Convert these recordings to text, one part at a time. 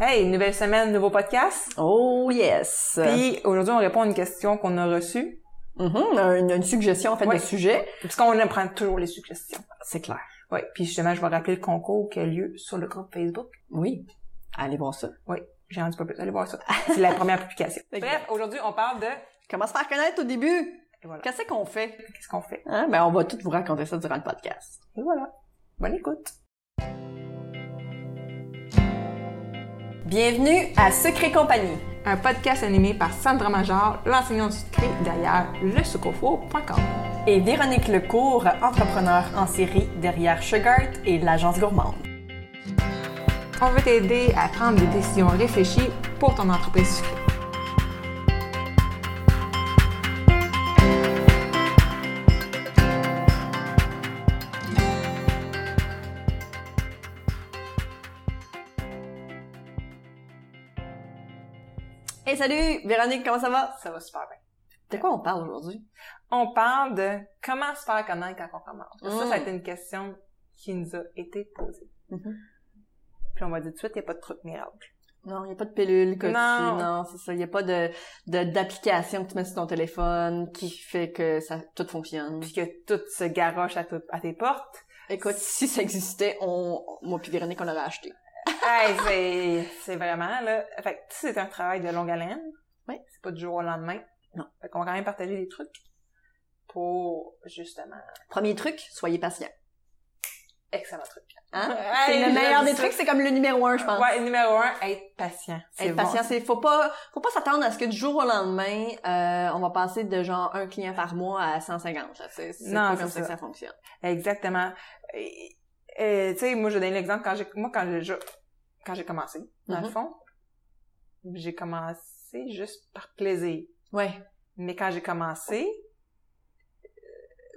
Hey, nouvelle semaine, nouveau podcast. Oh yes! Puis aujourd'hui, on répond à une question qu'on a reçue. Mhm, une, une suggestion en fait Oui. de sujet. Parce qu'on apprend toujours les suggestions. C'est clair. Oui. Puis justement, je vais rappeler le concours qui a lieu sur le groupe Facebook. Oui. Allez voir ça. Oui. J'ai rendu pas plus. Allez voir ça. C'est la première publication. Fait que- Bref, aujourd'hui, on parle de. Et Comment se faire connaître au début? voilà. Qu'est-ce qu'on fait? Qu'est-ce qu'on fait? Hein? Ben, on va tout vous raconter ça durant le podcast. Et voilà. Bonne écoute. Bienvenue à Secret Compagnie. Un podcast animé par Sandra Major, l'enseignante secret derrière le Et Véronique Lecourt, entrepreneur en série derrière Sugart et l'agence gourmande. On veut t'aider à prendre des décisions réfléchies pour ton entreprise sucrée. Hey salut! Véronique, comment ça va? Ça va super bien. De quoi on parle aujourd'hui? On parle de comment se faire connaître quand on commence. Parce que Ça, Mm. ça a été une question qui nous a été posée. Mm-hmm. Puis on va dire tout de suite, il n'y a pas de truc miracle. Non, il n'y a pas de pilule que Non. tu... Non, c'est ça. Il n'y a pas de de- d'application que tu mets sur ton téléphone qui fait que ça tout fonctionne. Puis que tout se garoche à, tout- à tes portes. Écoute, si ça existait, on, moi puis Véronique, on l'aurait acheté. hey, c'est, c'est vraiment, là. Fait que, tu sais, c'est un travail de longue haleine. Oui. C'est pas du jour au lendemain. Non. Fait qu'on va quand même partager des trucs pour, justement, Premier truc, soyez patient. excellent truc. Hein? Hey, c'est je le meilleur dis des ça. trucs, c'est comme le numéro un, je pense. Ouais, numéro un, être patient. C'est Être patient, c'est faut pas, faut pas s'attendre à ce que du jour au lendemain, euh, on va passer de genre un client par mois à 150. là. C'est c'est Non, pas c'est comme ça, ça. que ça fonctionne. Exactement. Et- et, euh, tu sais, moi, je vais donner l'exemple quand j'ai, moi, quand j'ai, je- quand j'ai commencé, dans le Mhm. fond, j'ai commencé juste par plaisir. Ouais. Mais quand j'ai commencé, euh,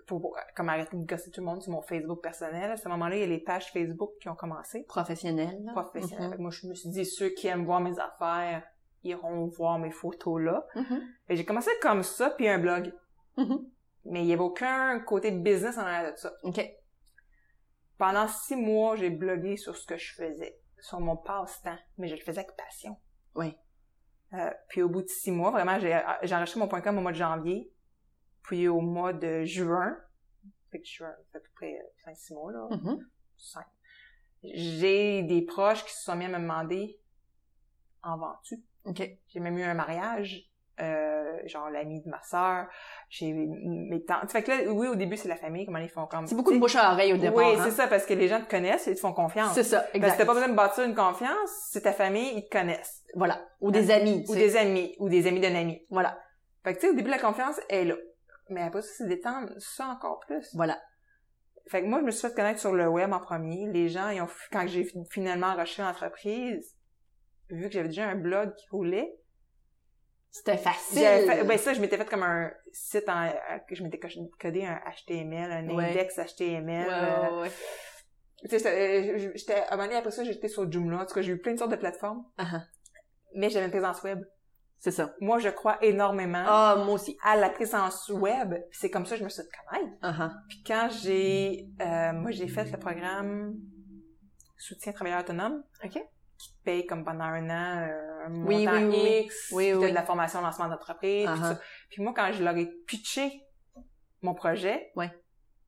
pour, pour- comme arrêter de gosser tout le monde sur mon Facebook personnel, à ce moment-là, il y a les pages Facebook qui ont commencé, Professionnel. là. professionnelles. Mhm. Fait que Moi, je me suis dit, ceux qui aiment voir mes affaires iront voir mes photos-là. Mhm. Et j'ai commencé comme ça, puis un blog. Mhm. Mais il n'y avait aucun côté business en arrière de ça. OK. Pendant six mois, j'ai blogué sur ce que je faisais, sur mon passe-temps, mais je le faisais avec passion. Oui. Euh, puis au bout de six mois, vraiment, j'ai euh, j'ai enregistré mon point .com au mois de janvier, puis au mois de juin, fait que juin, ça fait à peu près 5-6 mois, là, Mhm. cinq. J'ai des proches qui se sont mis à me demander « En vends-tu? » OK. J'ai même eu un mariage, euh, genre l'ami de ma sœur, j'ai mes tantes. Fait que là, oui, au début, c'est la famille, comment ils font comme... C'est beaucoup de bouche à oreille au départ. Oui, hein. c'est ça, parce que les gens te connaissent et ils te font confiance. C'est ça, Parce que exact. t'as pas besoin de bâtir une confiance, c'est ta famille, ils te connaissent. Voilà. Ou des amis. Ou tu sais. des amis, ou des amis d'un ami. Voilà. Fait que tu sais, au début, la confiance est là. Mais après ça, c'est d'étendre ça encore plus. Voilà. Fait que moi, je me suis fait connaître sur le web en premier. Les gens, ils ont, quand j'ai finalement enregistré l'entreprise, vu que j'avais déjà un blog qui roulait, C'était facile. J'avais fait- ben ça, je m'étais fait comme un site en, euh, que je m'étais coche- codé un HTML, un Ouais. index HTML. Ouais, euh, ouais, ouais. Tu sais, j'étais- euh, j'étais, à un moment donné, après ça, j'étais sur Joomla. En tout cas, j'ai eu plein de sortes de plateformes. Ah-ha. Mais j'avais une présence web. C'est ça. Moi, je crois énormément Ah, moi aussi. à la présence web. Puis C'est comme ça que je me suis fait connaître. Ah, ah. Puis quand j'ai... euh, moi, j'ai fait le programme Soutien Travailleur Autonome. OK. Qui te paye comme pendant un an euh, un Oui, montant oui, oui, oui. X. Oui, puis oui, t'as oui. de la formation au lancement d'entreprise. puis Ah, ah. tout ça. Puis moi, quand je leur ai pitché mon projet... Ouais.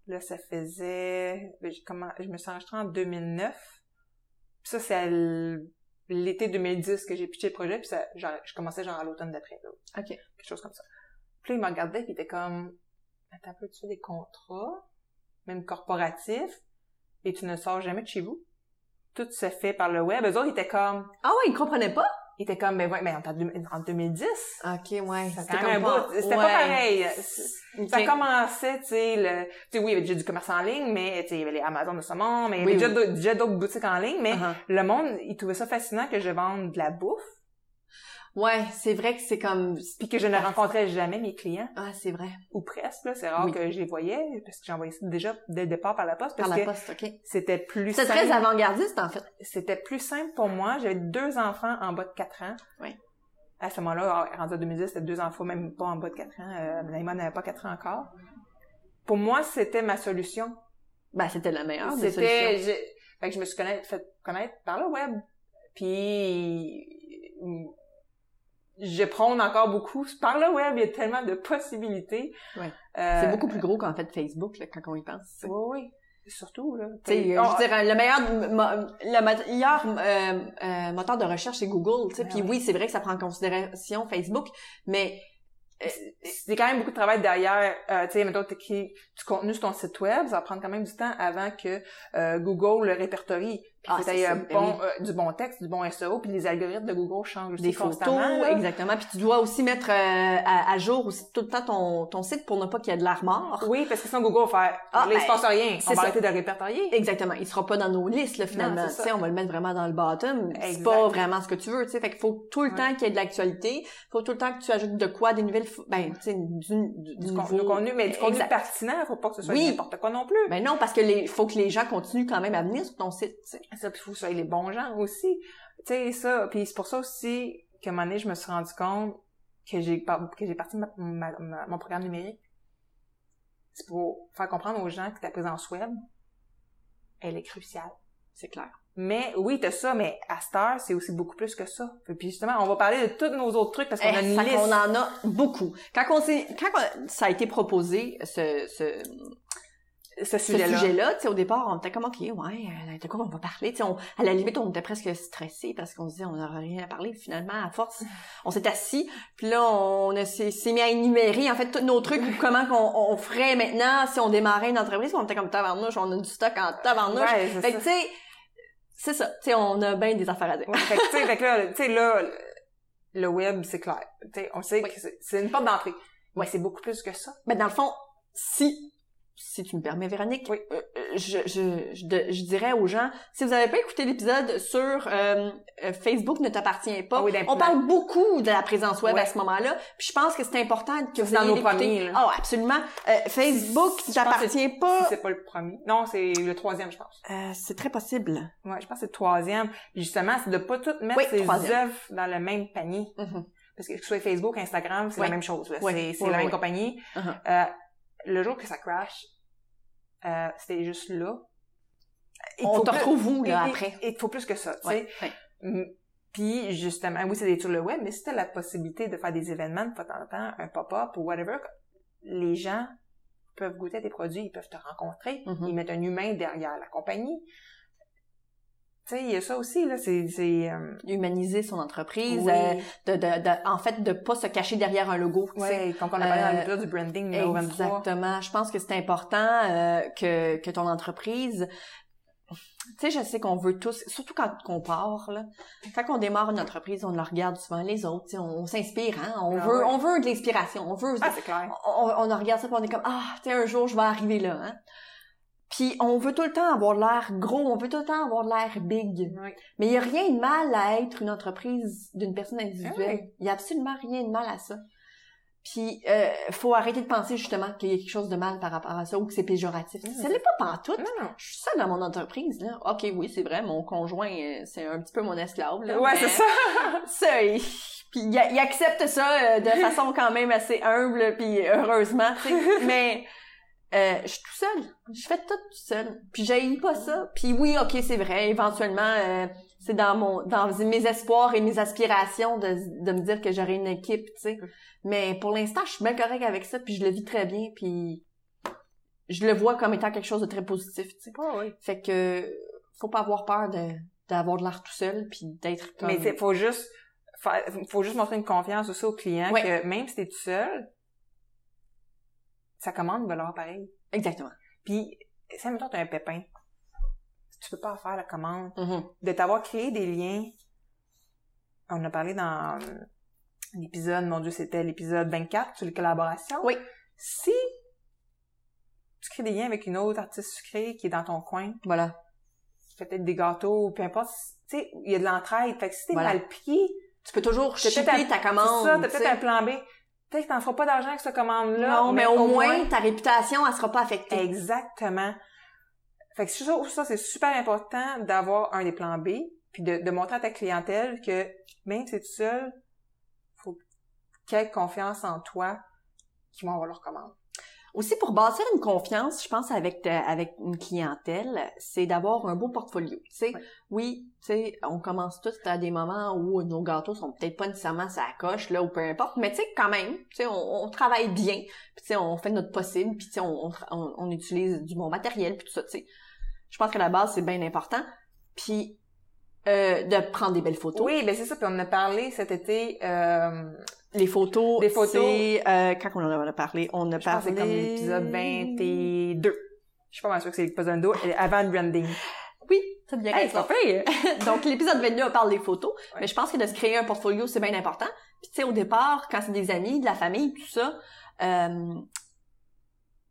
Là, ça faisait... ben, j'ai commen- Je me suis enregistrée en 2009. Puis ça, c'est à l- l'été 2010 que j'ai pitché le projet, puis ça, genre, je commençais genre à l'automne d'après, là. OK. Quelque chose comme ça. Puis là, il me regardait, puis il était comme, attends un peu, tu fais des contrats, même corporatifs, et tu ne sors jamais de chez vous. Tout se fait par le web. Eux autres, ils étaient comme, Ah ouais, ils comprenaient pas? ils étaient comme, ben ouais, mais en, en 2010, Ok, ouais. c'était quand même un bout. C'était pas pareil. Ça commençait, tu sais, le... tu sais, oui, il y avait déjà du commerce en ligne, mais tu sais, il y avait les Amazon de ce monde, mais il y avait Oui, déjà oui. Ah. d'autres- déjà d'autres boutiques en ligne, mais Uh-huh. le monde, il trouvait ça fascinant que je vende de la bouffe, Ouais, c'est vrai que c'est comme. puis que je ne rencontrais jamais mes clients, Ah, c'est vrai. ou presque, là. C'est rare Oui. que je les voyais, parce que j'envoyais ça déjà dès le départ par la poste, Par parce la que poste, ok. c'était plus C'est simple. très avant-gardiste, en fait. C'était plus simple pour moi. J'avais deux enfants en bas de 4 ans. Oui. À ce moment-là, ah rendu en 2010, c'était deux enfants, même pas en bas de 4 ans. Euh, Naïma n'avait pas 4 ans encore. Pour moi, c'était ma solution. Ben, c'était la meilleure des C'était, solutions. j'ai- fait que je me suis conna- fait connaître par le web. Puis je prône encore beaucoup. Par le web, il y a tellement de possibilités. Ouais. Euh, C'est beaucoup plus gros qu'en fait Facebook, là, quand on y pense. tu sais. Oui, oui. Surtout, là. Tu sais, Puis- euh, oh, je veux dire, le meilleur, mo- le mat- meilleur euh, euh, moteur de recherche, c'est Google, tu sais. Ben Puis ouais. oui, c'est vrai que ça prend en considération Facebook, mais euh, euh, c'est quand même beaucoup de travail derrière. Euh, tu sais, mettons, t'écris du contenu sur ton site web, ça va prendre quand même du temps avant que euh, Google le répertorie. Puis Ah, faut c'est t'aies ça, un ben bon, euh, du bon texte, du bon SEO, puis les algorithmes de Google changent aussi des photos, constamment. là. exactement. Puis tu dois aussi mettre euh, à, à jour aussi tout le temps ton, ton site pour ne pas qu'il y ait de l'armoire. Oui, parce que sinon Google va faire, Ah, là, il se ben, passe rien. c'est On va ça. arrêter de le répertorier. Exactement. Il sera pas dans nos listes, là, finalement. Non, Tu c'est ça. sais, on va le mettre vraiment dans le bottom. C'est Exact. pas vraiment ce que tu veux, tu sais. Fait qu'il faut tout le Ouais. temps qu'il y ait de l'actualité. Faut tout le temps que tu ajoutes de quoi, des nouvelles, fo- ben, tu sais, du, du, Du, du con- nouveau- du contenu, mais du contenu Exact. pertinent, faut pas que ce soit Oui. n'importe quoi non plus. Ben non, parce que les, faut que les gens continuent quand même à venir sur ton site, tu sais. Ça, puis faut que ce soit les bons gens aussi. Tu sais, ça. Puis c'est pour ça aussi qu'à un moment donné, je me suis rendu compte que j'ai par- que j'ai parti ma- ma- ma- mon programme numérique. C'est pour faire comprendre aux gens que ta présence web, elle est cruciale. C'est clair. Mais oui, t'as ça, mais à cette heure, c'est aussi beaucoup plus que ça. Puis justement, on va parler de tous nos autres trucs parce qu'on a une Eh, ça liste. qu'on en a beaucoup. Quand, on s'est- quand on- ça a été proposé, ce, ce, Ce ce sujet-là. sujet-là, tu sais, au départ, on était comme, OK, ouais, euh, de quoi on va parler? Tu sais, on, à la limite, on était presque stressé parce qu'on se disait, on n'aura rien à parler. Finalement, à force, on s'est assis, puis là, on a- s'est s'est mis à énumérer, en fait, tous nos trucs, puis comment qu'on on ferait maintenant si on démarrait une entreprise, puis on était comme tabarnouche, on a du stock en tabarnouche. Ouais, c'est ça. fait que, tu sais, c'est ça. Tu sais, on a bien des affaires à dire. Ouais, fait que, tu sais, fait que là, tu sais, là, le- le web, c'est clair. Tu sais, on sait que c'est- c'est une porte d'entrée. Ouais. Mais c'est beaucoup plus que ça. Mais Ben, dans le fond, si si tu me permets, Véronique, Oui. euh, euh, je, je, je, de- je dirais aux gens, si vous n'avez pas écouté l'épisode sur euh, euh, Facebook ne t'appartient pas, Ah oui, d'un- on parle beaucoup de la présence web Ouais. à ce moment-là, puis je pense que c'est important que vous dans ayez nos premiers, là. écouté. Ah, ouais, absolument. Euh, Facebook ne Je pense que t'appartient Si pas, c'est pas le premier. Non, c'est le troisième, je pense. euh, c'est très possible. Ouais, je pense que c'est le troisième. Puis justement, c'est de pas toutes mettre Oui, ses troisième. œuvres dans le même panier. Mhm. Parce que que ce soit Facebook, Instagram, c'est Ouais. la même chose. là. Ouais. C'est c'est Ouais, la ouais, même ouais. compagnie. Uh-huh. Euh, le jour que ça crash, euh, c'était juste là. Il on faut te plus- retrouve où, là, il- après? Il il faut plus que ça, tu sais. Ouais, ouais. Mm. Puis justement, oui, c'est des tours le web, mais si t'as la possibilité de faire des événements de temps en temps, un pop-up ou whatever, les gens peuvent goûter à tes produits, ils peuvent te rencontrer, Mhm. ils mettent un humain derrière la compagnie. Tu sais, il y a ça aussi, là, c'est... c'est, euh, Humaniser son entreprise, oui, euh, de, de, de, en fait, de pas se cacher derrière un logo. tu sais. ouais, comme on a parlé euh, dans l'épisode du branding numéro 23. Exactement. Je pense que c'est important euh, que, que ton entreprise... Tu sais, je sais qu'on veut tous, surtout quand on part, là, quand on démarre une entreprise, on la regarde souvent les autres, tu sais, on, on s'inspire, hein, on Ah veut, ouais. on veut de l'inspiration, on veut, Ah, c'est clair. on, on on regarde ça puis on est comme ah, tu sais, un jour je vais arriver là, hein. Puis on veut tout le temps avoir de l'air gros, on veut tout le temps avoir de l'air big, Ouais. mais il n'y a rien de mal à être une entreprise d'une personne individuelle. Ouais. Il n'y a absolument rien de mal à ça. Puis, euh, faut arrêter de penser justement qu'il y a quelque chose de mal par rapport à ça ou que c'est péjoratif. Mm. Ça l'est pas pantoute. Non, non. Je suis seule dans mon entreprise, là. OK, oui, c'est vrai, mon conjoint, euh, c'est un petit peu mon esclave, là. Ouais, mais c'est ça. ça, il... Puis il, a- il accepte ça euh, de façon quand même assez humble, puis heureusement, tu sais. Mais euh, je suis tout seul. Je fais tout tout seul. Puis j'haïs pas ça. Puis oui, ok, c'est vrai. Éventuellement, euh, c'est dans mon, dans mes espoirs et mes aspirations de, de me dire que j'aurai une équipe, tu sais. Mais pour l'instant, je suis bien correcte avec ça, puis je le vis très bien, puis je le vois comme étant quelque chose de très positif, tu sais. Ouais, ouais. Fait que faut pas avoir peur de d'avoir de l'art tout seul, puis d'être comme. Mais il faut juste faire- faut juste montrer une confiance aussi au client Ouais. que même si t'es tout seul, sa commande va leur pareil. Exactement. Puis, si mettons t'as un pépin, tu peux pas faire la commande. Mhm. De t'avoir créé des liens, on en a parlé dans euh, l'épisode, mon Dieu, c'était l'épisode 24 sur les collaborations. Oui. Si tu crées des liens avec une autre artiste sucrée qui est dans ton coin, Voilà. qui fait peut-être des gâteaux, peu importe, tu sais, il y a de l'entraide. Fait que si t'es Voilà. mal pris, Tu peux toujours T'as shipper peut-être un- ta commande. C'est ça, t'as tu sais. peut-être un plan B. Peut-être que t'en feras pas d'argent avec cette commande-là. Non, mais, au, moins, ta réputation, elle sera pas affectée. Exactement. Fait que c'est ça, ça, c'est super important d'avoir un des plans B, puis de, de montrer à ta clientèle que même si t'es tout seul, faut qu'elle ait confiance en toi, qu'ils vont avoir leur commande. Aussi, pour bâtir une confiance, je pense, avec, ta- avec une clientèle, c'est d'avoir un beau portfolio. Tu sais, Ouais. oui, tu sais, on commence tous à des moments où nos gâteaux sont peut-être pas nécessairement ça coche, là, ou peu importe, mais tu sais, quand même, tu sais, on, on travaille bien, puis tu sais, on fait notre possible, puis tu sais, on, on, tra- on- on utilise du bon matériel, puis tout ça, tu sais. Je pense que la base, c'est bien important. Puis, euh, de prendre des belles photos. Oui, ben c'est ça. Puis on en a parlé cet été. Euh, Les photos, Des photos. c'est... euh, quand on en a parlé, on a je pense que parlé... c'est comme l'épisode 22. Je suis pas mal sûre que c'est l'épisode 22, euh, avant le branding. Oui, ça devient Hey, c'est pas pire! Donc, l'épisode 22, on parle des photos. Ouais. Mais je pense que de se créer un portfolio, c'est bien important. Puis, tu sais, au départ, quand c'est des amis, de la famille, tout ça, euh,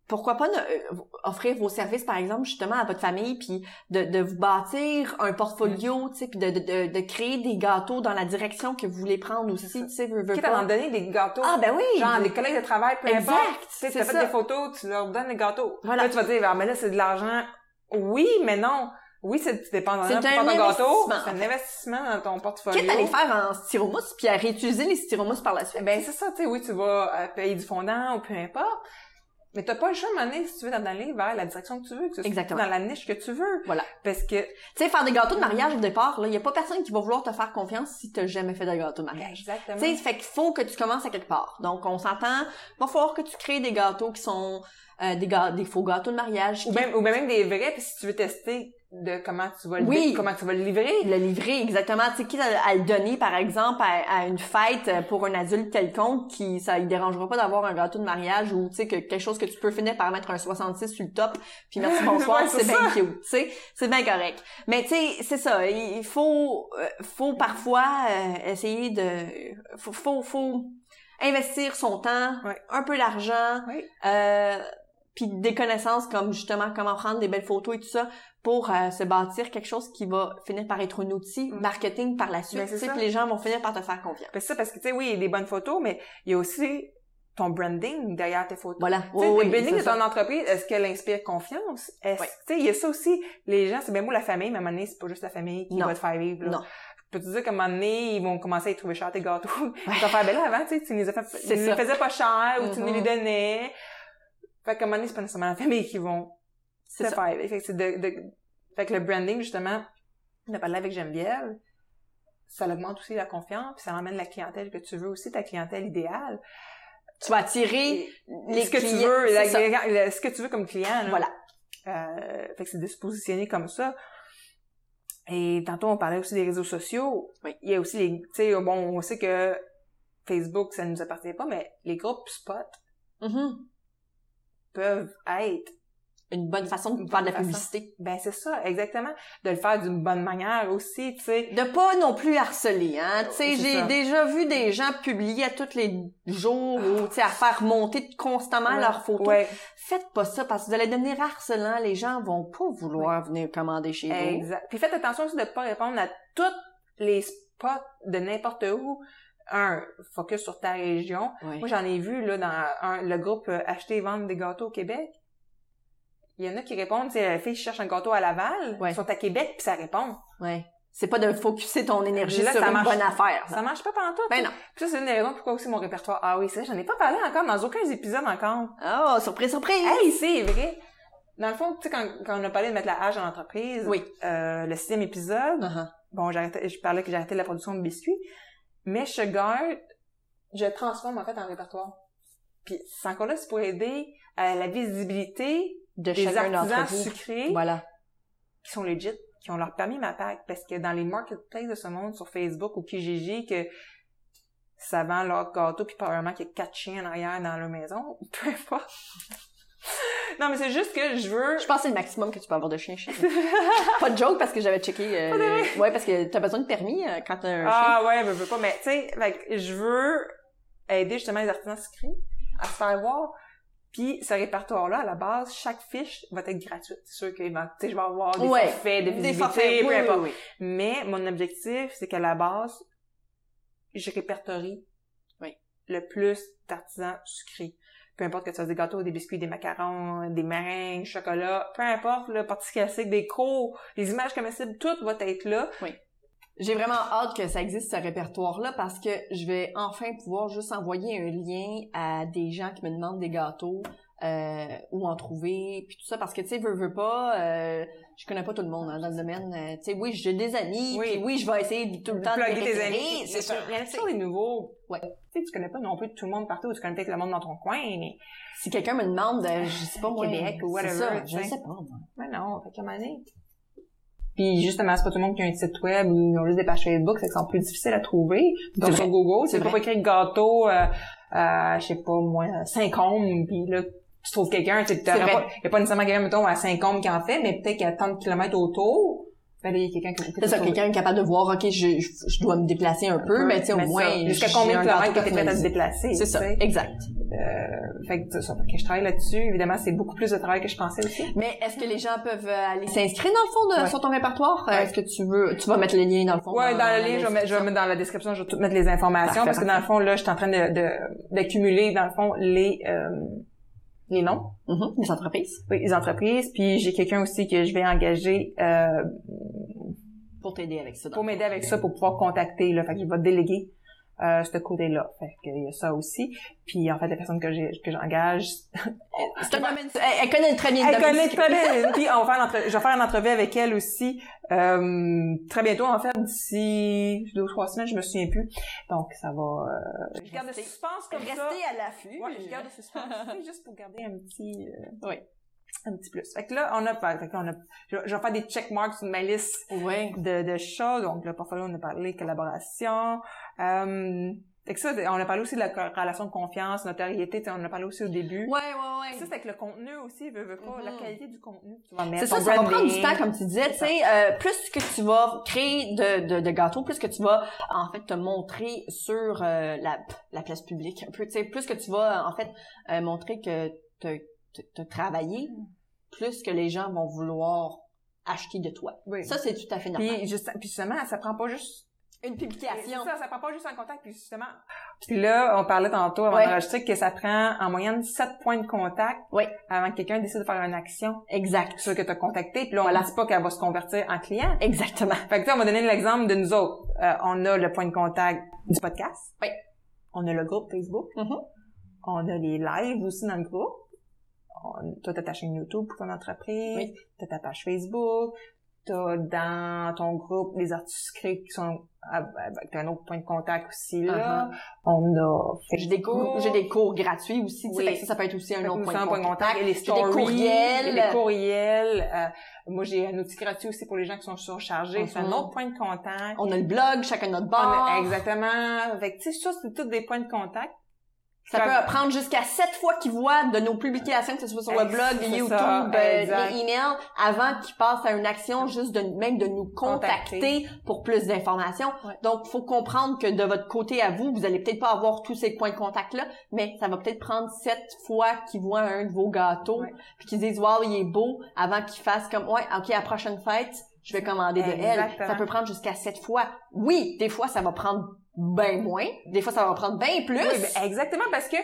pourquoi pas ne- euh, offrir vos services, par exemple, justement, à votre famille, puis de, de vous bâtir un portfolio, Mm. tu sais, puis de, de, de, de créer des gâteaux dans la direction que vous voulez prendre aussi, C'est ça. tu sais, veux, veux Quitte à leur pas. donner des gâteaux. Ah, ben oui! Genre, les collègues de travail, peu Exact, importe. Tu sais, c'est t'as fait ça. des photos, tu leur donnes des gâteaux. Voilà. Là, tu vas dire, ah, mais là, c'est de l'argent. Oui, mais non. Oui, c'est, tu dépends C'est d'un un ton gâteau. investissement. C'est un investissement dans ton portfolio. Quitte à les faire en styromousse, puis à réutiliser les styromousses par la suite. Ben, c'est ça, tu sais, oui, tu vas euh, payer du fondant ou peu importe. Mais t'as pas le choix de mener si tu veux d'en aller vers la direction que tu veux, que ce soit Exactement. dans la niche que tu veux. Voilà. Parce que, Tu sais, faire des gâteaux de mariage au départ, là, y a pas personne qui va vouloir te faire confiance si t'as jamais fait de gâteau de mariage. exactement. Tu sais, fait qu'il faut que tu commences à quelque part. Donc, on s'entend, va falloir que tu crées des gâteaux qui sont euh, des, ga- des faux gâteaux de mariage. ou qui- même, ou même des vrais, puis si tu veux tester de comment tu vas le, Oui. vi- comment tu vas le livrer. le livrer exactement, tu sais, quitte à, à le donner, par exemple, à, à une fête euh, pour un adulte quelconque, qui ça ne dérangera pas d'avoir un gâteau de mariage ou, tu sais, que, quelque chose que tu peux finir par mettre un 66 sur le top, puis merci, bonsoir, Ouais, c'est c'est bien cute, tu sais, c'est bien correct. Mais, tu sais, c'est ça, il il faut, euh, faut parfois euh, essayer de... Faut, faut, faut investir son temps, Ouais. un peu d'argent, Oui. euh, puis des connaissances comme justement comment prendre des belles photos et tout ça pour euh, se bâtir quelque chose qui va finir par être un outil Mm. marketing par la suite. Ben, c'est tu sais, ça. puis les gens vont finir par te faire confiance. Parce que ça, parce que, tu sais, oui, il y a des bonnes photos, mais il y a aussi ton branding derrière tes photos. Voilà. Tu sais, Oui, le oui, branding de c'est ça. ton entreprise, est-ce qu'elle inspire confiance? Est-ce, Oui. tu sais, il y a ça aussi. Les gens, c'est bien beau la famille, mais à un moment donné, c'est pas juste la famille qui Non. va te faire vivre, là. Non. Je peux te dire qu'à un moment donné, ils vont commencer à y trouver cher tes gâteaux. Ils vont faire, ben là, avant, tu sais, tu les, as fait, C'est tu les ça. faisais pas cher ou tu Mhm. nous les donnais. Fait qu'à un moment donné, c'est pas nécessairement la famille qui vont C'est te ça. faire vivre. Fait que c'est de, de- fait que le branding, justement, on a parlé avec Geneviève, ça l'augmente aussi la confiance, puis ça emmène la clientèle que tu veux aussi, ta clientèle idéale. Tu vas attirer les ce que tu clients, veux, c'est la- ça. la- ce que tu veux comme client. là. Voilà. Euh, fait que c'est de se positionner comme ça. Et tantôt, on parlait aussi des réseaux sociaux. Oui. Il y a aussi les, tu sais, bon, on sait que Facebook, ça ne nous appartient pas, mais les groupes spot Mhm. peuvent être, Une bonne façon de Une faire de la bonne façon. publicité. ben c'est ça, exactement, de le faire d'une bonne manière aussi, tu sais. De pas non plus harceler, hein. Tu sais, C'est j'ai ça. déjà vu des gens publier à tous les jours ou, tu sais, à faire monter constamment Ouais. leurs photos. Ouais, Faites pas ça parce que vous allez devenir harcelant. Les gens vont pas vouloir venir commander chez vous. exact. Puis faites attention aussi de ne pas répondre à tous les spots de n'importe où. Un, focus sur ta région. Ouais. Moi, j'en ai vu là dans un- le groupe euh, Acheter et vendre des gâteaux au Québec. Il y en a qui répondent, c'est la fille cherche un gâteau à Laval, Ouais. ils sont à Québec, puis ça répond. Ouais. C'est pas de focuser ton énergie Là, sur ça une marche. bonne affaire. Ça marche pas pendant tout. Ben non. Puis ça, c'est une des raisons pourquoi aussi mon répertoire. Ah oui, ça, j'en ai pas parlé encore dans aucun épisode encore. Oh, surprise, surprise! Hey, c'est vrai! Dans le fond, tu sais, quand, quand on a parlé de mettre la hache dans l'entreprise, Oui. euh, le sixième épisode, Uh-huh. bon, j'arrêtais, je parlais que j'arrêtais la production de biscuits, mais Sugar, je transforme en fait en répertoire. Puis c'est encore là, c'est pour aider à la visibilité De des chacun artisans d'entre vous. sucrés Voilà. qui sont legit, qui ont leur permis MAPAC, parce que dans les marketplaces de ce monde, sur Facebook ou Kijiji, que ça vend leur gâteau, puis probablement qu'il y a quatre chiens en arrière dans leur maison, peu importe. non, mais c'est juste que je veux... Je pense que c'est le maximum que tu peux avoir de chien chez toi. Pas de joke parce que j'avais checké. euh, les- Ouais, parce que t'as besoin de permis euh, quand t'as un chien. Ah ouais, je veux pas, mais tu sais, fait que je veux aider justement les artisans sucrés à se faire voir. Puis ce répertoire-là, à la base, chaque fiche va être gratuite. C'est sûr que ben, tu sais, je vais avoir des Ouais. forfaits, de visibilité, forfaits, peu oui, importe. oui, oui. Mais mon objectif, c'est qu'à la base, je répertorie Oui. le plus d'artisans sucrés. Peu importe que tu fasses des gâteaux, des biscuits, des macarons, des meringues, du chocolat, peu importe, le parti classique, des cours, les images comestibles, tout va être là. J'ai vraiment hâte que ça existe ce répertoire-là parce que je vais enfin pouvoir juste envoyer un lien à des gens qui me demandent des gâteaux euh, où en trouver, puis tout ça, parce que, tu sais, veux, veux pas, euh, je connais pas tout le monde hein, dans le domaine. euh, tu sais, oui, j'ai des amis, Oui. oui. oui, je vais essayer de- tout le De temps de plugger les tes référer, amis. c'est sûr. Il y en a toujours des nouveaux. Ouais. Tu sais, tu connais pas non plus tout le monde partout. Tu connais peut-être le monde dans ton coin, mais. Si quelqu'un me demande, de, je sais pas, moi, Québec ou c'est whatever, ça, tu je sais. sais pas, moi. Mais Ben non, fait qu'à un moment donné. Puis justement, c'est pas tout le monde qui a un site web ou ils ont juste des pages Facebook, c'est que sont plus difficiles à trouver. Donc C'est sur Google, C'est c'est pas pour vrai. écrire gâteau, euh, euh, je sais pas moi, Saint-Côme, puis là, tu trouves quelqu'un, tu sais, t'auras vrai. pas, y a pas nécessairement quelqu'un, mettons, à Saint-Côme qui en fait, mais peut-être qu'il y a tant de kilomètres autour, ben là, il y a quelqu'un qui C'est ça, quelqu'un est capable de voir, OK, je, je, je dois me déplacer un peu, mais tu sais, au moins, ça, jusqu'à j'ai combien de un kilomètres que gâteau t'es prête à te personnalisé. déplacer, C'est tu ça, sais? exact. Euh, fait que c'est ça. Fait que je travaille là-dessus. Évidemment, c'est beaucoup plus de travail que je pensais aussi. Mais est-ce que les gens peuvent euh, aller s'inscrire dans le fond de- Ouais. sur ton répertoire? Euh, Ouais. Est-ce que tu veux, tu vas mettre le lien dans le fond? Ouais, dans le lien, je vais, mettre, je vais mettre dans la description, je vais tout mettre les informations Parfait, parce que dans le fond, là, je suis en train de, de, d'accumuler, dans le fond, les, euh, les noms, Mhm, les entreprises oui, les entreprises. Puis j'ai quelqu'un aussi que je vais engager euh, pour t'aider avec ça. pour m'aider avec ça, pour pouvoir contacter, là. Fait que je vais déléguer euh, ce côté-là. Fait que il y a ça aussi. Puis en fait, la personne que, j'ai, que j'engage, C'est un domaine- elle, elle connaît très bien le Elle domaine connaît du- très bien. Puis on va faire l'entre- je vais faire une entrevue avec elle aussi euh, très bientôt en fait d'ici deux ou trois semaines, je me souviens plus. Donc ça va. Euh, je garde le Restez- suspense comme ça. Restez à l'affût. Ouais, je garde le suspense c'est juste pour garder un petit. euh, Oui. Un petit plus. Fait que là, on a, fait que là, on a, je, je vais faire des check marks sur ma liste Ouais. de, de choses. Donc, le portfolio, on a parlé collaboration. Euh, fait que ça, on a parlé aussi de la relation de confiance, notoriété. tu sais, On en a parlé aussi au début. Ouais, ouais, Ça, ouais. c'est avec le contenu aussi, veux, veux pas, Mhm. la qualité du contenu que tu vas mettre. C'est ça, ton ça va branding. prendre du temps, comme tu disais, tu C'est sais, euh, plus que tu vas créer de, de, de gâteaux, plus que tu vas, en fait, te montrer sur euh, la, la place publique, un peu, tu sais, plus que tu vas, en fait, euh, montrer que tu as travaillé, plus que les gens vont vouloir acheter de toi. Oui. Ça, c'est tout à fait normal. puis, juste, puis justement, ça prend pas juste... Une C'est publication. ça, ça prend pas juste un contact, puis justement... Puis là, on parlait tantôt avant Ouais. d'enregistrer que ça prend en moyenne 7 points de contact Oui. avant que quelqu'un décide de faire une action Exact. sur ce que tu as contacté. Puis là, on Voilà. dit pas qu'elle va se convertir en client. Exactement. Fait que tu sais, on va donner l'exemple de nous autres. Euh, on a le point de contact du podcast. Oui. On a le groupe Facebook. Mhm. On a les lives aussi dans le groupe. On, toi, t'as ta chaîne YouTube pour ton entreprise. Oui. T'as ta page Facebook. T'as dans ton groupe les artistes créés qui sont à- à- t'as un autre point de contact aussi là. Uh-huh. On a J'ai des cours, j'ai des cours gratuits aussi, tu sais, Uh-huh. Oui. fait que ça, ça peut être aussi un autre point de point de contact. contact, et les des stories, courriels. et les courriels. Euh, moi, j'ai un outil gratuit aussi pour les gens qui sont surchargés. C'est un Mhm. autre point de contact. On a le blog, chacun de notre On bord. a- exactement. Fait que, tu sais, ça, c'est tous des points de contact. Ça peut prendre jusqu'à sept fois qu'ils voient de nos publications, que ce soit sur le Ex- blog, c'est YouTube, ça, euh, exact. les emails, avant qu'ils passent à une action, juste de, même de nous contacter, Contacter. pour plus d'informations. Ouais. Donc, faut comprendre que de votre côté à vous, vous allez peut-être pas avoir tous ces points de contact-là, mais ça va peut-être prendre sept fois qu'ils voient un de vos gâteaux, Ouais. puis qu'ils disent, wow, il est beau, avant qu'ils fassent comme, ouais, ok, à la prochaine fête, je vais commander de elle. Exactement. Ça peut prendre jusqu'à sept fois. Oui, des fois, ça va prendre bien moins. Des fois, ça va prendre bien plus. Oui, ben, exactement, parce que... euh,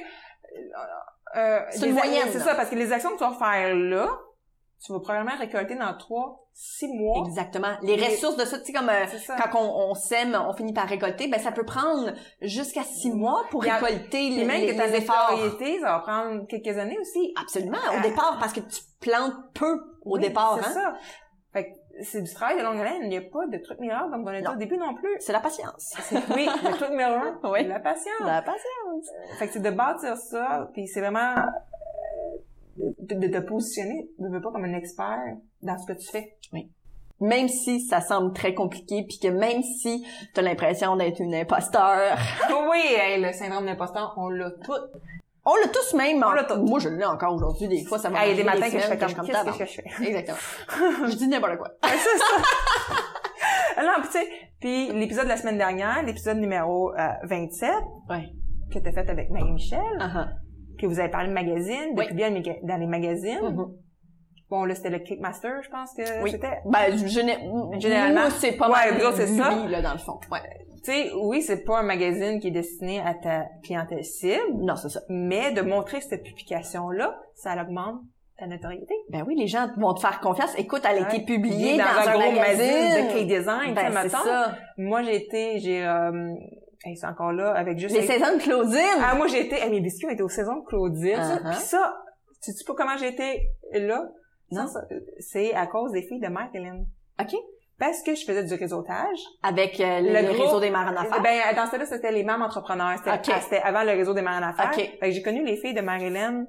euh, C'est des une a- moyenne, C'est là. ça, parce que les actions que tu vas faire là, tu vas probablement récolter dans trois, six mois. Exactement. Les Mais- ressources de ça, tu sais, comme euh, C'est ça. quand on, on sème, on finit par récolter, ben ça peut prendre jusqu'à six Mm. mois pour Puis à- récolter Puis les, même les- que ta les efforts. notoriété, ça va prendre quelques années aussi. Absolument, Ah. au départ, parce que tu plantes peu au Oui, départ. C'est Hein? ça. Fait que c'est du travail de longue haleine. Il n'y a pas de truc miracle, comme on a dit Non. au début non plus. C'est la patience. Oui, le truc numéro un, Oui. la patience. La patience. Fait que c'est de bâtir ça, puis c'est vraiment euh, de, de te positionner, je veux pas comme un expert dans ce que tu fais. Même si ça semble très compliqué, puis que même si t'as l'impression d'être une imposteur, oui, hey, le syndrome d'imposteur, on l'a tout. on l'a tous même. On l'a tous. Moi, je l'ai encore aujourd'hui. Des fois, ça Il va. y a des m'arriver matins que je fais semaines comme, qu'est-ce que tabarnak. je fais? Exactement. je dis n'importe quoi. Ah Non, puis tu sais, puis l'épisode de la semaine dernière, l'épisode numéro euh, 27, Ouais. que t'as fait avec Marie-Michel, Ah, que vous avez parlé de magazines, de Oui. publier dans les maga- dans les magazines. ah. Mhm. Bon, là, c'était le Kickmaster, je pense que Oui. c'était. Ben, géné- Généralement. nous, c'est pas Ouais, mal. gros, c'est ça. lui, là, dans le fond. Ouais. Tu sais, oui, c'est pas un magazine qui est destiné à ta clientèle cible, Non, c'est ça. mais de montrer cette publication-là, ça augmente ta notoriété. Ben oui, les gens vont te faire confiance. Écoute, elle a été Ouais. publiée dans, un, gros magazine. de cake design, tu sais, ben, c'est mettons. ça. Moi, j'ai été, j'ai, euh, hey, c'est encore là, avec juste... Les saisons de Claudine. ah, moi, j'ai été, hey, mes biscuits étaient aux saisons de Claudine, ça. Uh-huh. Puis ça, Tu sais pas comment j'ai été là? Non. Ça, ça, C'est à cause des filles de Mike Hélène. OK. Parce que je faisais du réseautage. Avec euh, le, Le le gros- réseau des marins d'affaires. Ben, dans celle-là, c'était les mêmes entrepreneurs. C'était Ok. ah, c'était avant le réseau des mères en affaires. Ok. Fait que j'ai connu les filles de Marilyn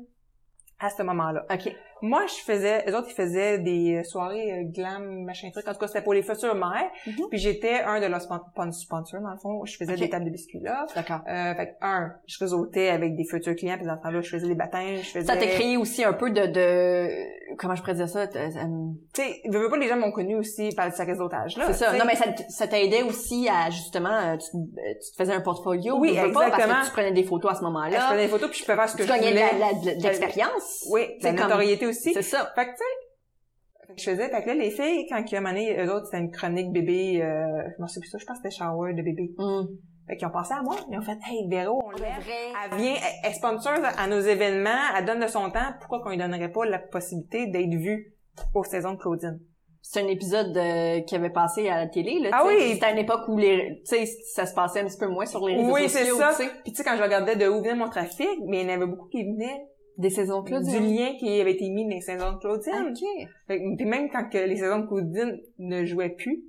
à ce moment-là. OK. Moi, je faisais, les autres, ils faisaient des euh, soirées euh, glam, machin truc. En tout cas, c'était pour les futures mères. Mhm. Puis j'étais un de leurs spon- spon- sponsors, dans le fond. Je faisais Ok. des tables de biscuits là. D'accord. Euh, fait que, un, je réseautais avec des futurs clients, puis dans ce temps-là, je faisais des baptêmes, je faisais... Ça t'a créé aussi un peu de... de... Comment je pourrais dire ça? T'as- euh, Tu sais, veux, veux pas, les gens m'ont connu aussi par ce réseautage-là. C'est ça. Ah, tu sais. Non, mais ça, t- ça t'aidait aussi à, justement, euh, tu, euh, tu te faisais un portfolio. Oui, veux, veux pas, exactement. Parce que tu prenais des photos à ce Je moment-là. prenais des photos, puis je pouvais faire ce que Tu je voulais. gagnais de la- la- de la- de l'expérience. Oui, C'est la comme- notoriété aussi. C'est ça. Fait que, tu sais, fait que je faisais, fait que là, les filles, quand ils ont mené, eux autres, c'était une chronique bébé, euh, je m'en souviens plus ça, je pense que c'était shower de bébé. Hmm. Fait qu'ils ont pensé à moi, ils ont fait, hey, Véro, on l'aime. Elle vient, elle- elle sponsor à nos événements, elle donne de son temps, pourquoi qu'on lui donnerait pas la possibilité d'être vue aux saisons de Claudine? C'est un épisode euh, qui avait passé à la télé. Là, Ah tu sais. oui. C'était à une époque où les, tu sais, ça se passait un petit peu moins sur les réseaux Oui, c'est sociaux. ça. tu sais. Puis tu sais, quand je regardais de où venait mon trafic, mais il y en avait beaucoup qui venaient Des saisons Claude. du lien qui avait été mis dans les saisons de Claudine. OK. Fait que- Puis même quand que les saisons de Claudine ne jouaient plus,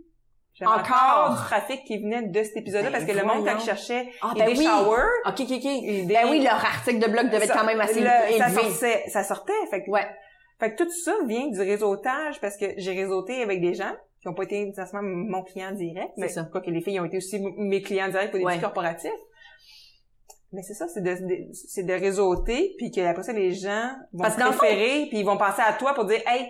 j'avais Encore? encore, du trafic qui venait de cet épisode-là, Ben, parce que le monde, quand voyons. il cherchait Ah, des ben oui. shower, OK, OK, OK. des- Ben oui, leur article de blog devait être ça- quand même assez le- ça, élevé. sortait, ça sortait. Fait que, Ouais. fait que tout ça vient du réseautage, parce que j'ai réseauté avec des gens qui n'ont pas été nécessairement mon client direct, mais ça. quoi que les filles ont été aussi m- mes clients directs pour des Ouais. petits corporatifs. Mais c'est ça, c'est de, de- c'est de réseauter, puis que après ça, les gens vont Parce Parce que dans le fond- préférer, puis ils vont penser à toi pour dire « Hey! »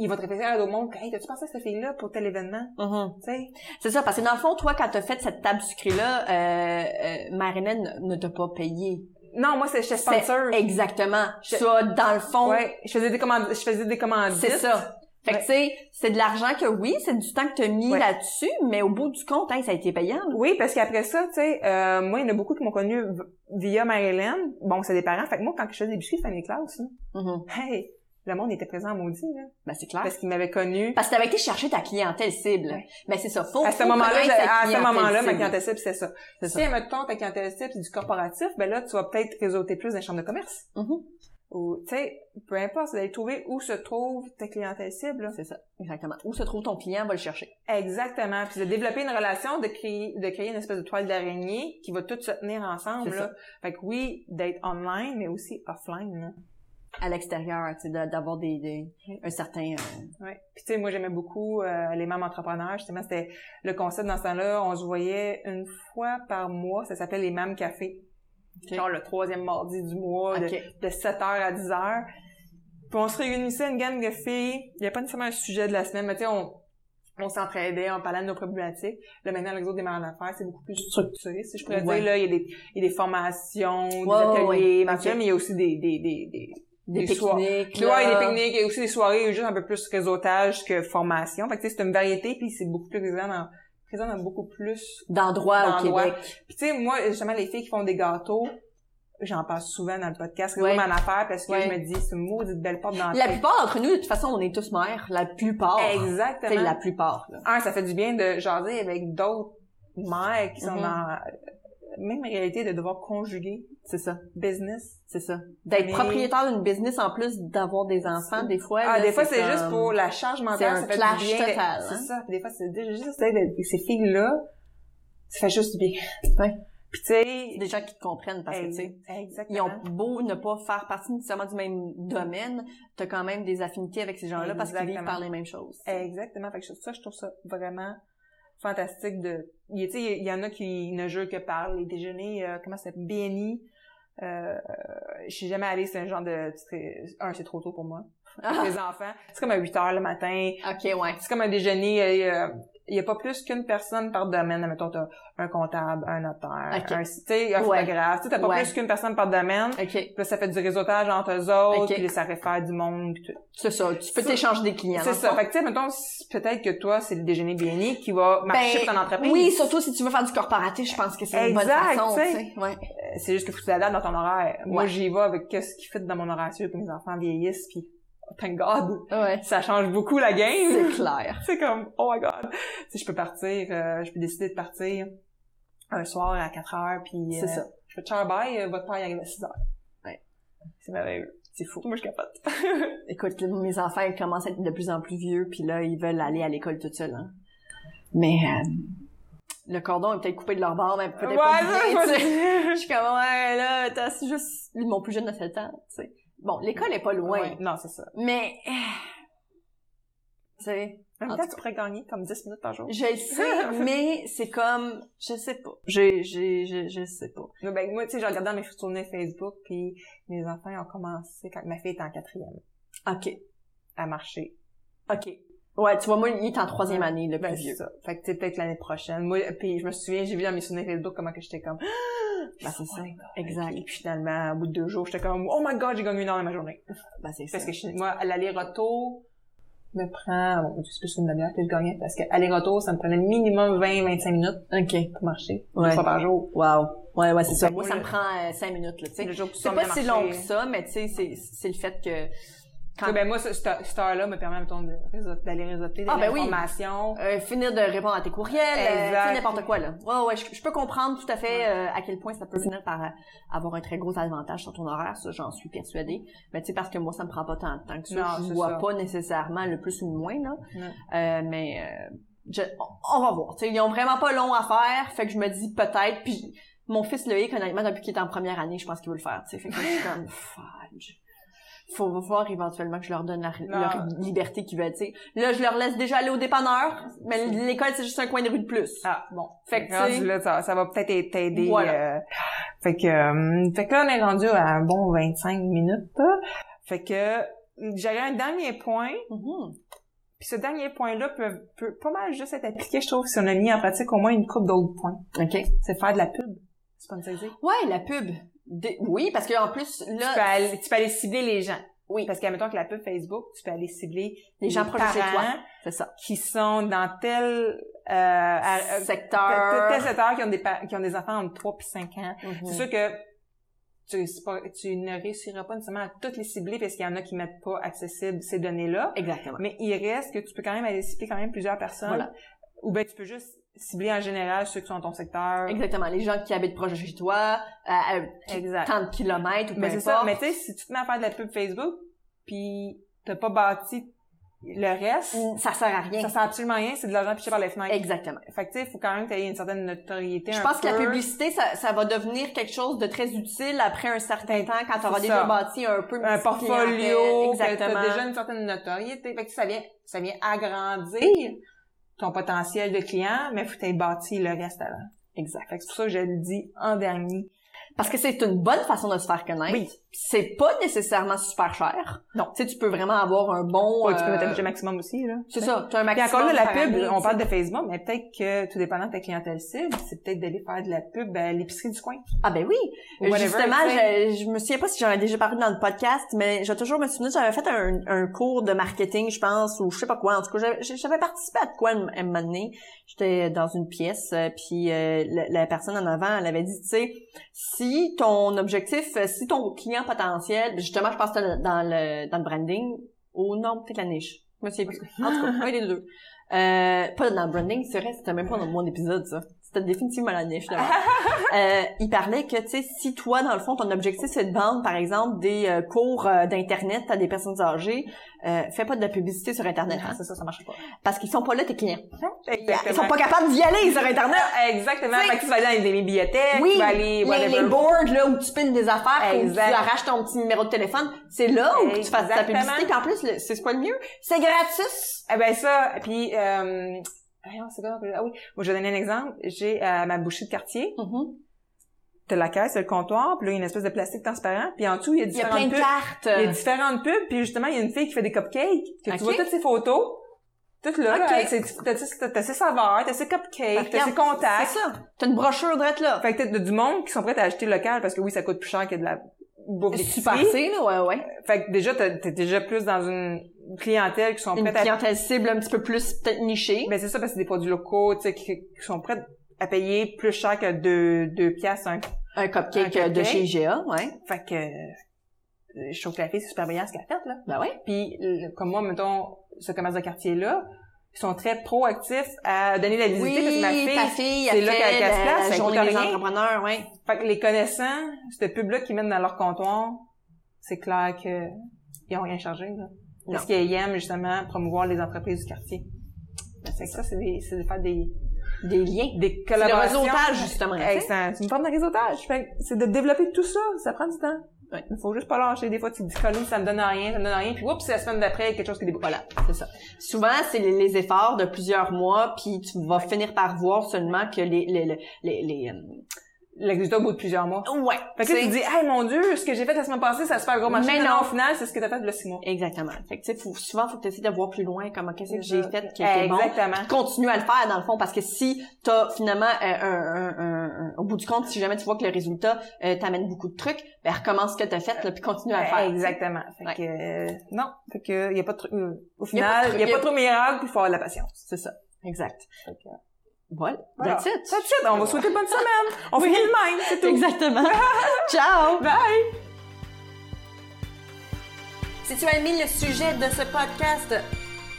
Ils vont te référer à d'autres monde « Hey, t'as-tu pensé à cette fille-là pour tel événement? » Mhm. Tu sais, C'est ça, parce que dans le fond, toi, quand t'as fait cette table sucrée-là, euh, euh, Marilyn ne t'a pas payé. Non, moi, c'est j'étais sponsor. Exactement. Je- Ça, dans le fond, Ouais, je faisais des commandes, je faisais des commandes. c'est ça. Fait que, Ouais. tu sais, c'est de l'argent que oui, c'est du temps que t'as mis Ouais. là-dessus, mais au bout du compte, hein, ça a été payant. là. Oui, parce qu'après ça, tu sais, euh, moi, il y en a beaucoup qui m'ont connu v- via Marilyn. Bon, c'est des parents. Fait que moi, quand je faisais des biscuits, je faisais des classes, là. Mhm. Hey! Le monde était présent à maudit, là. Ben, c'est clair. Parce qu'ils m'avaient connu. Parce que t'avais été chercher ta clientèle cible. Ouais. Ben, c'est ça. Faut, À ce faut moment-là, connaître j'ai- sa à ce clientèle moment-là, ma cible. clientèle cible, c'est ça. C'est Si, mettons, ta clientèle cible, c'est du corporatif, ben là, tu vas peut-être réseauter plus dans les chambres de commerce. Mhm. Ou, tu sais, peu importe, c'est d'aller trouver où se trouve ta clientèle cible, là. C'est ça. Exactement. Où se trouve ton client, va le chercher. Exactement. Puis de développer une relation, de créer, de créer une espèce de toile d'araignée qui va tout se tenir ensemble. C'est Là. Fait que oui, d'être online, mais aussi offline. là. À l'extérieur, tu sais, de- d'avoir des, des- un certain, euh, Ouais. Puis tu sais, moi j'aimais beaucoup euh, les mêmes entrepreneurs. Justement, c'était le concept dans ce temps-là. On se voyait une fois par mois. Ça s'appelait les mêmes cafés. Ok. Genre le troisième mardi du mois, de- OK. de 7h à 10h. Puis on se réunissait une gang de filles. Il n'y a pas nécessairement un sujet de la semaine, mais tu sais, on, on s'entraidait, on parlait de nos problématiques. Là, maintenant, le réseau des mères d'affaires, c'est beaucoup plus structuré, si je pourrais Ouais. dire. Là, il y a des, il y a des formations, des Ouais, ouais, ateliers, ouais. machin, mais il y a aussi des, des, des, des, Des, Des soirs. pique-niques. tu vois, il y a là. des pique-niques, il y a aussi des soirées, juste un peu plus réseautage que formation. Fait que tu sais, c'est une variété, puis c'est beaucoup plus présent dans, présent dans beaucoup plus d'endroits au d'endroits. Québec. puis tu sais, moi, justement, les filles qui font des gâteaux, j'en parle souvent dans le podcast, c'est Ouais. vraiment affaire parce que Ouais. je me dis, c'est une maudite belle porte dans La plupart d'entre nous, de toute façon, on est tous mères. La plupart. C'est Exactement. la plupart. Là. Un, ça fait du bien de jaser avec d'autres mères qui sont Mhm. dans la même réalité de devoir conjuguer C'est ça. business. C'est ça. D'être Mais- propriétaire d'une business en plus d'avoir des enfants, des fois. Ah, là, des fois, c'est juste comme- pour la charge c'est un mentale. Ça fait clash du bien. de- total, hein. C'est ça. Des fois, c'est déjà juste d'être avec ces filles-là. Ça fait juste du bien. Ouais. Puis tu sais... Des gens qui te comprennent parce que, tu sais, ils Exactement. ont beau ne pas faire partie nécessairement du même domaine, t'as quand même des affinités avec ces gens-là parce qu'ils vivent Exactement. Eh, par les mêmes choses. Exactement. Fait que ça, je trouve ça vraiment fantastique de. Il, tu sais, il y en a qui ne jurent que par les déjeuners, euh, comment ça s'appelle, BNI. Euh, je suis jamais allée, c'est un genre de... Un, c'est trop tôt pour moi. Ah, Les enfants, c'est comme à 8 heures le matin. ok, ouais. C'est comme un déjeuner. euh, Il y a- il y a pas plus qu'une personne par domaine. Mettons, t'as un comptable, un notaire, Ok. un, tu sais, un Ouais. photographe. Tu sais, t'as pas Ouais. plus qu'une personne par domaine. Ok, Puis là, ça fait du réseautage entre eux autres, Ok. puis là, ça réfère du monde, puis tout. c'est ça. Tu peux Ça- t'échanger des clients. C'est dans ça. le fond. Fait que, tu sais, mettons, si- peut-être que toi, c'est le déjeuner bien qui va marcher Ben, pour ton entreprise. Oui, surtout si tu veux faire du corporatif, je pense que c'est une bonne Exact, façon, tu tu sais. sais. Ouais. Euh, C'est juste que faut que tu t'adaptes dans ton horaire. Moi, Ouais. j'y vais avec qu'est-ce qui fit dans mon horaire, sûr que mes enfants vieillissent, puis oh, thank God, Ouais. ça change beaucoup la game. C'est clair. C'est comme, oh my God. Si je peux partir, euh, je peux décider de partir un soir à 4 heures, puis euh, C'est ça. je peux te faire bye, euh, votre père il arrive à 6 heures. Ouais. C'est merveilleux. C'est fou. Moi, je capote. Écoute, là, mes enfants, ils commencent à être de plus en plus vieux, puis là, ils veulent aller à l'école tout seuls. Hein. Mais euh, le cordon est peut-être coupé de leur bord, mais peut-être Ouais, pas ça, bien, je tu sais. me Je dis. suis comme, ouais, là, attends, c'est juste... Lui, mon plus jeune a 7 ans, tu sais. Bon, l'école est pas loin, Ouais, Non, c'est ça. mais... euh, Tu sais, En même En temps, tout tu pourrais gagner comme 10 minutes par jour. je le sais, mais c'est comme... Je sais pas. J'ai, j'ai, j'ai, je sais pas. Mais Ben, moi, tu sais, j'ai regardé dans mes souvenirs Facebook, puis mes enfants ils ont commencé quand ma fille était en quatrième OK, à marcher. OK. Ouais, tu vois, moi, il est en troisième année, le plus Ben, vieux. c'est ça. Fait que, tu sais, peut-être l'année prochaine. Moi, puis je me souviens, j'ai vu dans mes souvenirs Facebook comment que j'étais comme... Ben, c'est ça. Exact. Exact. Et puis finalement, au bout de deux jours, j'étais comme, oh my god, j'ai gagné une heure de ma journée. Ben, c'est ça. Parce que je- moi, à l'aller-retour, me prend, bon, c'est plus qu'une demi-heure que je gagnais, parce que aller-retour, ça me prenait minimum 20-25 minutes OK. pour marcher. Ouais. Une fois par jour. Wow. Ouais, ouais, c'est ça. Ben, Moi, moi, ça le- me prend 5 minutes, là, tu sais. Le jour que tu C'est sors pas bien si marcher. long que ça, mais tu sais, c'est, c'est le fait que... Ouais, ben, moi, ce- cette cette heure-là me permet, mettons, de réseau- d'aller réseauter des Ah, ben oui. informations. Euh, finir de répondre à tes courriels, euh, Exact. tu sais, n'importe quoi là. Ouais, ouais, je, je peux comprendre tout à fait euh, à quel point ça peut finir par euh, avoir un très gros avantage sur ton horaire, ça j'en suis persuadée. Mais tu sais parce que moi ça me prend pas tant de temps que ça, Non, je c'est vois ça. pas nécessairement le plus ou le moins là. Non. Euh, mais euh, je- on, on va voir. Tu sais, ils ont vraiment pas long à faire, fait que je me dis peut-être. Puis mon fils Loïc honnêtement depuis qu'il est en première année, je pense qu'il veut le faire. Tu sais, fait que je suis comme fudge. Faut voir éventuellement que je leur donne la- Non. leur liberté qu'ils veulent. Tu sais, Là, je leur laisse déjà aller au dépanneur, mais l'école, Ah, c'est juste un coin de rue de plus. Ah, bon. Fait que, tu rendu sais- là, ça, ça va peut-être t'aider. Voilà. euh, fait que, euh, fait que là, on est rendu à un bon 25 minutes. Fait que, j'avais un dernier point. Mhm. Puis ce dernier point-là peut, peut pas mal juste être appliqué, je trouve, si on a mis en pratique au moins une coupe d'autres points. OK. C'est faire de la pub. Sponsoriser. Ouais, la pub. Des- Oui, parce que en plus, Tu peux là, aller, tu peux aller cibler les gens. Oui. Parce qu'admettons que la pub Facebook, tu peux aller cibler les gens proches de chez parents toi. C'est ça. qui sont dans tel, euh, à- euh, Secteur. tel secteur, qui ont des, pa- qui ont des enfants entre 3 puis 5 ans. Mhm. C'est sûr que tu, c'est pas- tu ne réussiras pas nécessairement à toutes les cibler parce qu'il y en a qui mettent pas accessibles ces données-là. Exactement. Mais il reste que tu peux quand même aller cibler quand même plusieurs personnes. Voilà. Ou ben tu peux juste cibler en général ceux qui sont dans ton secteur. Exactement. Les gens qui habitent proches de chez toi, à, à Exact. tant de kilomètres ou peu Mais c'est importe. ça. Mais tu sais, si tu te mets à faire de la pub Facebook, puis t'as pas bâti le reste, ça sert à rien. ça sert absolument rien, c'est de l'argent piché par les fenêtres. Exactement. Fait que tu sais, faut quand même que tu aies une certaine notoriété. Je un pense que la peu. publicité, ça, ça va devenir quelque chose de très utile après un certain temps, quand tu auras C'est déjà ça. bâti Ben, un peu une un petite portfolio, clientèle. que t'as Exactement. déjà une certaine notoriété. Fait que ça vient, ça vient agrandir ton potentiel de client, mais faut que t'aies bâti le reste avant. Exact. Fait que c'est pour ça que je le dis en dernier. Parce que c'est une bonne façon de se faire connaître. Oui. C'est pas nécessairement super cher. Non. Tu sais, tu peux vraiment avoir un bon... Ouais, tu peux mettre un euh, budget maximum aussi, là. C'est ça, tu as un Puis maximum encore là, la par pub, année, tu on sais. parle de Facebook, mais peut-être que tout dépendant de ta clientèle cible, c'est peut-être d'aller faire de la pub à l'épicerie du coin. Ah ben oui, Ou whatever, justement, tu sais. je, je me souviens pas si j'en ai déjà parlé dans le podcast, mais je toujours me souviens, j'avais fait un, un cours de marketing, je pense, ou je sais pas quoi. En tout cas, j'avais- j'avais participé à de quoi un un moment donné. J'étais dans une pièce, euh, puis euh, la, la personne en avant, elle avait dit, tu sais, si ton objectif, euh, si ton client potentiel, justement, je pense que c'était dans le, dans le branding, ou non, peut-être la niche. Je me souviens plus. En tout cas, un des deux. Euh, pas dans le branding, c'est vrai, c'était même pas dans mon épisode, ça. C'était définitivement la niche, là. Euh, il parlait que, tu sais, si toi, dans le fond, ton objectif, c'est de vendre, par exemple, des euh, cours euh, d'Internet à des personnes âgées, euh, fais pas de la publicité sur Internet, hein, C'est ça, ça marche pas. parce qu'ils sont pas là, tes clients. Ils Exactement. sont pas capables d'y aller sur Internet. Exactement. Tu sais- Fait que tu vas aller dans les bibliothèques, Oui, tu vas aller, les, whatever. les boards, là, où tu pines des affaires, où tu Exact. arraches ton petit numéro de téléphone, c'est là où tu fasses ta Exactement. publicité, puis en plus, le- c'est quoi le mieux? C'est gratis! Eh ben ça, puis euh, voyons, c'est quoi, ah oui, moi je vais donner un exemple. J'ai euh, ma bouchée de quartier, Mhm. t'as la caisse, t'as le comptoir, puis là il y a une espèce de plastique transparent, puis en dessous il y a Il y a plein différentes de pubs. Il y a cartes. différentes pubs, puis justement il y a une fille qui fait des cupcakes, que Ok. tu vois toutes ses photos, toutes là, Ok. avec ses- t'as t'as- t'as ses saveurs, t'as ses cupcakes, t'as Regarde, ses contacts. C'est ça. T'as une brochure droite là. Fait que t'as du monde qui sont prêts à acheter local parce que oui ça coûte plus cher que de la bouffe Super, d'épicerie. c'est là, ouais, ouais. Fait que déjà t'as- t'es déjà plus dans une clientèle qui sont Une prêtes à clientèle cible un petit peu plus peut-être nichée. Ben c'est ça, parce que c'est des produits locaux, tu sais, qui, qui sont prêts à payer plus cher que deux, deux piastres. Hein. Un cupcake, Un euh, de cupcake. chez IGA, ouais. Fait que euh, je trouve que la fille, c'est super brillant ce qu'elle a fait, là. Ben ouais. Puis le- comme moi, mettons, ce commerce de quartier-là, ils sont très proactifs à donner de la visibilité parce que ma fille, ta fille, c'est elle là fait qu'elle- qu'elle se la- place, la ça journée coûte des rien. entrepreneurs, ouais. fait que les connaissants, cette pub-là qu'ils mènent dans leur comptoir, c'est clair que ils ont rien changé, là. Parce qu'ils aiment, justement, promouvoir les entreprises du quartier. Ben, c'est que ça, c'est des- c'est de faire des, Des liens. des C'est le collaborations. réseautage, justement. tu sais. Hey, C'est c'est une forme de réseautage. Fait que C'est de développer tout ça. Ça prend du temps. Ouais. Il faut juste pas lâcher. Des fois, tu te dis, Colin, ça me donne rien, ça me donne rien. Puis, oups, la semaine d'après, il y a quelque chose qui débouche. Voilà, c'est ça. Souvent, c'est les, les efforts de plusieurs mois, puis tu vas finir par voir seulement que les... les, les, les, les, euh, Le résultat au bout de plusieurs mois. Ouais. Fait que là, c'est- tu te dis, hey, mon Dieu, ce que j'ai fait la semaine passée, ça se fait un gros machin. Mais Mais non, non. au final, c'est ce que t'as fait le six mois. Exactement. Fait que, tu sais, faut, souvent, faut que tu essaies de voir plus loin comment qu'est-ce que j'ai C'est ça. fait qui était bon. Exactement. Continue à le faire, dans le fond, parce que si t'as finalement, euh, un, un- un- un- au bout du compte, si jamais tu vois que le résultat euh, t'amène beaucoup de trucs, ben recommence ce que t'as fait, là, puis continue à le faire. Exactement. Fait Ouais. que, euh, non. Fait que, y a pas de truc, euh, au Y a pas de final, truc- y a y a- pas trop de miracle, puis faut avoir de la patience. C'est ça. Exact. Fait que, Voilà. voilà. That's it. That's it. On va souhaiter bonne semaine. On finit le même. C'est tout. Exactement. Ciao. Bye! Si tu as aimé le sujet de ce podcast,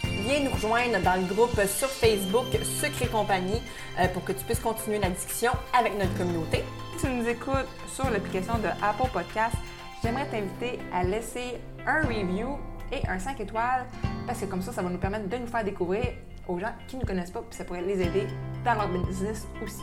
viens nous rejoindre dans le groupe sur Facebook Secret Compagnie euh, pour que tu puisses continuer la discussion avec notre communauté. Si tu nous écoutes sur l'application de Apple Podcast, j'aimerais t'inviter à laisser un review et un 5 étoiles parce que comme ça, ça va nous permettre de nous faire découvrir aux gens qui ne nous connaissent pas puis ça pourrait les aider dans leur business aussi.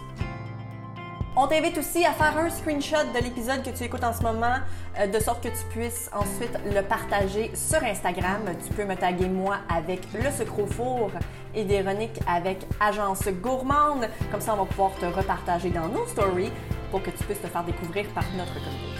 On t'invite aussi à faire un screenshot de l'épisode que tu écoutes en ce moment, euh, de sorte que tu puisses ensuite le partager sur Instagram. Tu peux me taguer moi avec Le Sucre au Four et Véronique avec Agence Gourmande. Comme ça, on va pouvoir te repartager dans nos stories pour que tu puisses te faire découvrir par notre communauté.